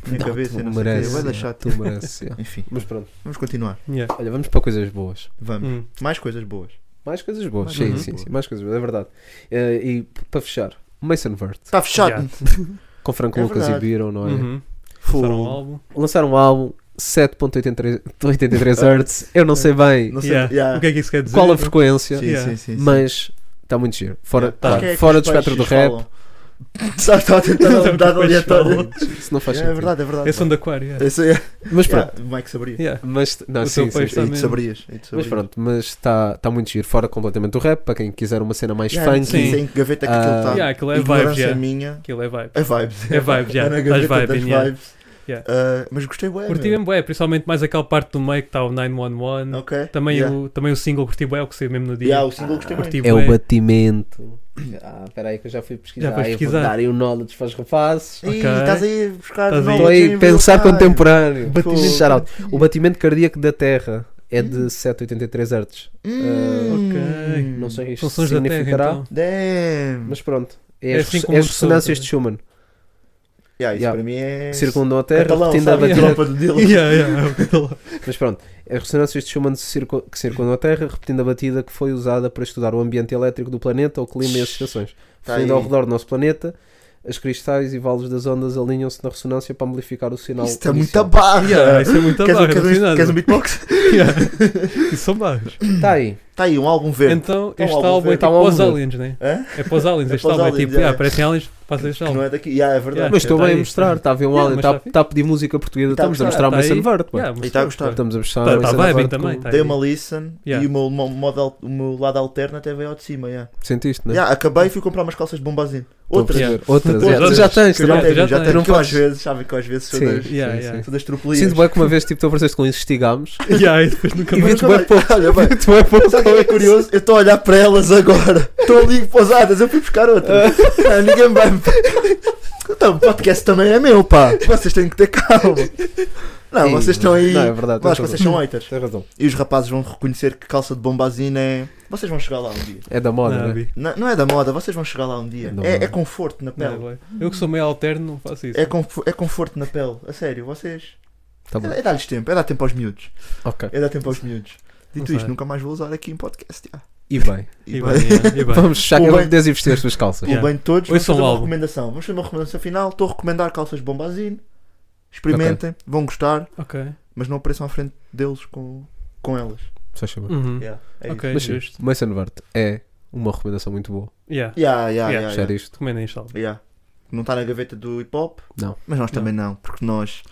Minha Não, cabeça, e tu não sei o quê. mereces. Vai yeah. deixar Tu mereces, yeah. Enfim, Mas pronto. vamos continuar. Yeah. Olha, vamos para coisas boas. Vamos. Hum. Mais coisas boas. Mais coisas boas. Mais Sim, coisas sim, boas. sim. Mais coisas boas, é verdade. Eh, E p- para fechar, Mason Vert, Tá Está fechado. Yeah. com Franco É Lucas e verdade. Biro, não é? Uhum. Fogo. Lançaram um álbum. lançaram um álbum 7.83 Hz, eu não sei bem Não sei. Yeah. yeah. O que é que isso quer dizer? qual a frequência, Sim, Yeah. sim, sim, sim. mas está muito giro. Fora, Acho claro, que é que fora os do espectro do peixes rap, falam. Só está a tentar dar um dado Não, aleatório. Isso não faz É sentido. verdade, é verdade. É som de aquário, yeah. Esse é. Mas pronto. Yeah, Mike sabria. Yeah. Mas, não, O sim, teu peixe sim, tá E tu mesmo. sabrias. e tu Mas sabrias. pronto, mas está tá muito giro. Fora completamente o rap, para quem quiser uma cena mais Yeah, funk. Sim, funky. em que gaveta que aquilo Ah, está. Yeah, aquilo é vibes, Ignorância yeah. minha. Aquilo é vibe. É vibes. É vibes, É yeah. na Estás gaveta das vibing, yeah. vibes. Yeah. Ah, mas gostei bem. Curti meu. mesmo, é, principalmente mais aquela parte do meio que está o 911. Ok. Também, yeah. o, também o single curti bué, o que saiu mesmo no dia. Ah, Yeah, o single gostei curti bem. É o bué. batimento. Ah, espera aí que eu já fui pesquisar. Já foste Eu vou pesquisar. dar aí o knowledge para os rapazes. Ih, Ok. estás aí a buscar. Estás aí. novos Estou aí em pensar real time. contemporâneo. Batimento. Shout out. O batimento cardíaco da Terra é de 783 hertz. Hum, Ok. Não sei São isto sons da terra, significará, então. Damn. mas pronto. É, É as, assim res- como é as uma pessoa ressonâncias também. de Schumann. Yeah, isso Yeah. para mim é. Circundam a Terra, Catalão, repetindo a sabe? batida. A tropa do Dylan. Yeah, yeah, é o que tá lá. Mas pronto, as ressonâncias de Schumann circu- que circundam a Terra, repetindo a batida que foi usada para estudar o ambiente elétrico do planeta, o clima e as estações. Tá Fluindo aí. ao redor do nosso planeta, as cristais e valos das ondas alinham-se na ressonância para amplificar o sinal. Isso é está muito inicial. a barra. Yeah, isso é muito Queres um- barra, queres um- não tem nada. Queres um beatbox? Yeah. Isso são barras. Está Tá aí. Está aí um álbum verde. Então, Então, este álbum álbum é verde. tipo Então, álbum pós verde. aliens, né? Hã? É pós aliens, É este pós álbum é aliens, tipo, yeah. yeah, aparecem aliens, passa este Que Não álbum. é daqui. Yeah, é verdade. Mas estou Tá bem a aí. mostrar, está a ver um Yeah, álbum, mas está tá fixe. tá a pedir música portuguesa, Tá a estamos a gostar, mostrar tá uma aí. Sunvert, pá. Yeah, mas E tá a tá- gostar. Estamos a mostrar Tá, uma tá Sunvert vibing com- também, tá Dei aí. uma listen Yeah. e o meu, mo- modo- o meu lado alterno até veio ao de cima. Yeah. Sentiste, não é? Yeah, acabei e fui comprar umas calças de bombazinho. Estou a Outras. perceber. Outras, Outras. yeah. Tu já tens, Que eu já Yeah, também. tenho, já já tenho. tens. Que eu às vezes, sabem que eu às vezes sou Sim, das, sim, Yeah, sim. yeah. sou das tropelias. Sinto bem que uma vez tipo, tu apareceste com isso, estigámos Yeah, e depois nunca e mais. vi-te bem pouco. Olha, bem, Vi-te bem pouco. sabe o que é curioso? Eu estou a olhar para elas agora. Estão ali pousadas, eu fui buscar outra. Ah, ninguém vai me. Então, o podcast também é meu, pá. Vocês têm que ter calma. Não, Ih, vocês estão aí. Não, é verdade. tens Mas razão. vocês são haters. Tens razão. E os rapazes vão reconhecer que calça de bombazina é. Vocês vão chegar lá um dia. É da moda, Não, não é? Bi. Não, não é da moda, vocês vão chegar lá um dia. Não, É, não. é conforto na Não, pele. vai. Eu que sou meio alterno, não faço isso. É, conf- é conforto na pele. A sério, vocês. Tá bom. É, é dar-lhes tempo, é dar tempo aos miúdos. Ok. É dar tempo aos miúdos. Dito Não isto, sei. nunca mais vou usar aqui em podcast. já. E bem. E E bem. vai, yeah, e vai. Vamos fechar O cada um bem- de 10 e vestir as tuas calças. Pelo Yeah. bem de todos, vamos Ouçam fazer uma algo. recomendação. Vamos fazer uma recomendação final. Estou a recomendar calças de bombazine. Experimentem, vão gostar, Ok. mas não apareçam à frente deles com, com elas. Só chama. Uhum. Yeah, é Ok, Mas sim, justo. Mason Vert é uma recomendação muito boa. Yeah. isso. Yeah, yeah, Yeah. yeah, Fechar yeah. isto. Recomendem este álbum. Yeah. Não está na gaveta do hip hop, Não. mas nós também não, porque nós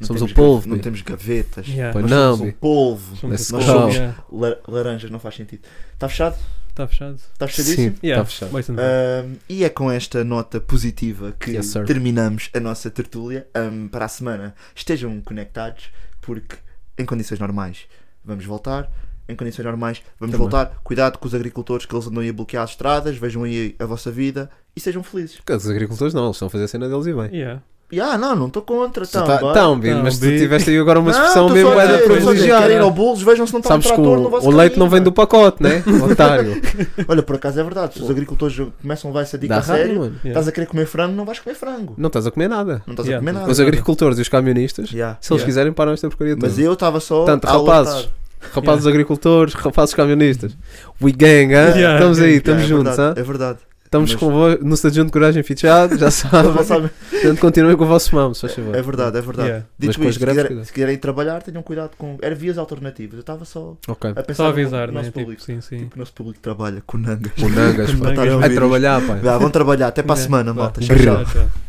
não Somos temos o polvo, gave- Não Bi. temos gavetas. Yeah. Pois Nós não, somos um Bi. polvo. Let's Nós go. somos Yeah, la- laranjas, não faz sentido. Está fechado? Tá fechado. Está Sim, fechadíssimo? Yeah. está Tá fechado. Mason Verde. Ahm, e é com esta nota positiva que Yes, sir. terminamos a nossa tertúlia. Ahm, para a semana estejam conectados, porque em condições normais vamos voltar. Em condições normais vamos Também. voltar. Cuidado com os agricultores que eles andam aí a bloquear as estradas. Vejam aí a vossa vida e sejam felizes. Porque Os agricultores não, eles estão a fazer a cena deles e bem. Yeah. E ah, não, não estou contra. Então, bora. Então, Estão, Bi, Tão, mas tu Bi. tiveste aí agora tá- uma expressão tô mesmo só a bué da dizer, tô só a dizer, privilegiada. querem ir ao bolos, vejam se não está um Sabes que trator o, no vosso o leite caminho, não vem do mano. pacote, né? Otário. Olha, por acaso é verdade. Se os agricultores começam a levar essa dica Dá a sério, raiva, mano. Yeah. estás a querer comer frango, não vais comer frango. Não estás a comer nada. Não estás a Yeah. comer nada. Os agricultores e os camionistas, Yeah. se eles Yeah. quiserem, param esta porcaria toda. Mas eu estava só. Portanto, a Então, rapazes, alertar. rapazes agricultores, rapazes camionistas, we gang, hein? Yeah. estamos aí, Yeah, estamos é juntos, Verdade, hein? é verdade. estamos mas- convosco no Stadion de Coragem Fichado, já sabem, Mas sabem- portanto continuem com o vosso mamo, se faz favor. É verdade, é verdade. Yeah. Mas Dito com as greves, isto, se, quiserem- cuidado. se quiserem trabalhar, tenham cuidado com. Era vias alternativas. Eu estava só Ok. a pensar Só no- avisar, no né? nosso Tipo, público. sim, sim. Tipo, o nosso público trabalha com nangas. Monangas, Para estar a Monangas. ouvir vai isto. trabalhar, pai. Vá, vão trabalhar, até É para a Yeah. semana, Vá. malta. Tchau, tchau. Tchau, tchau.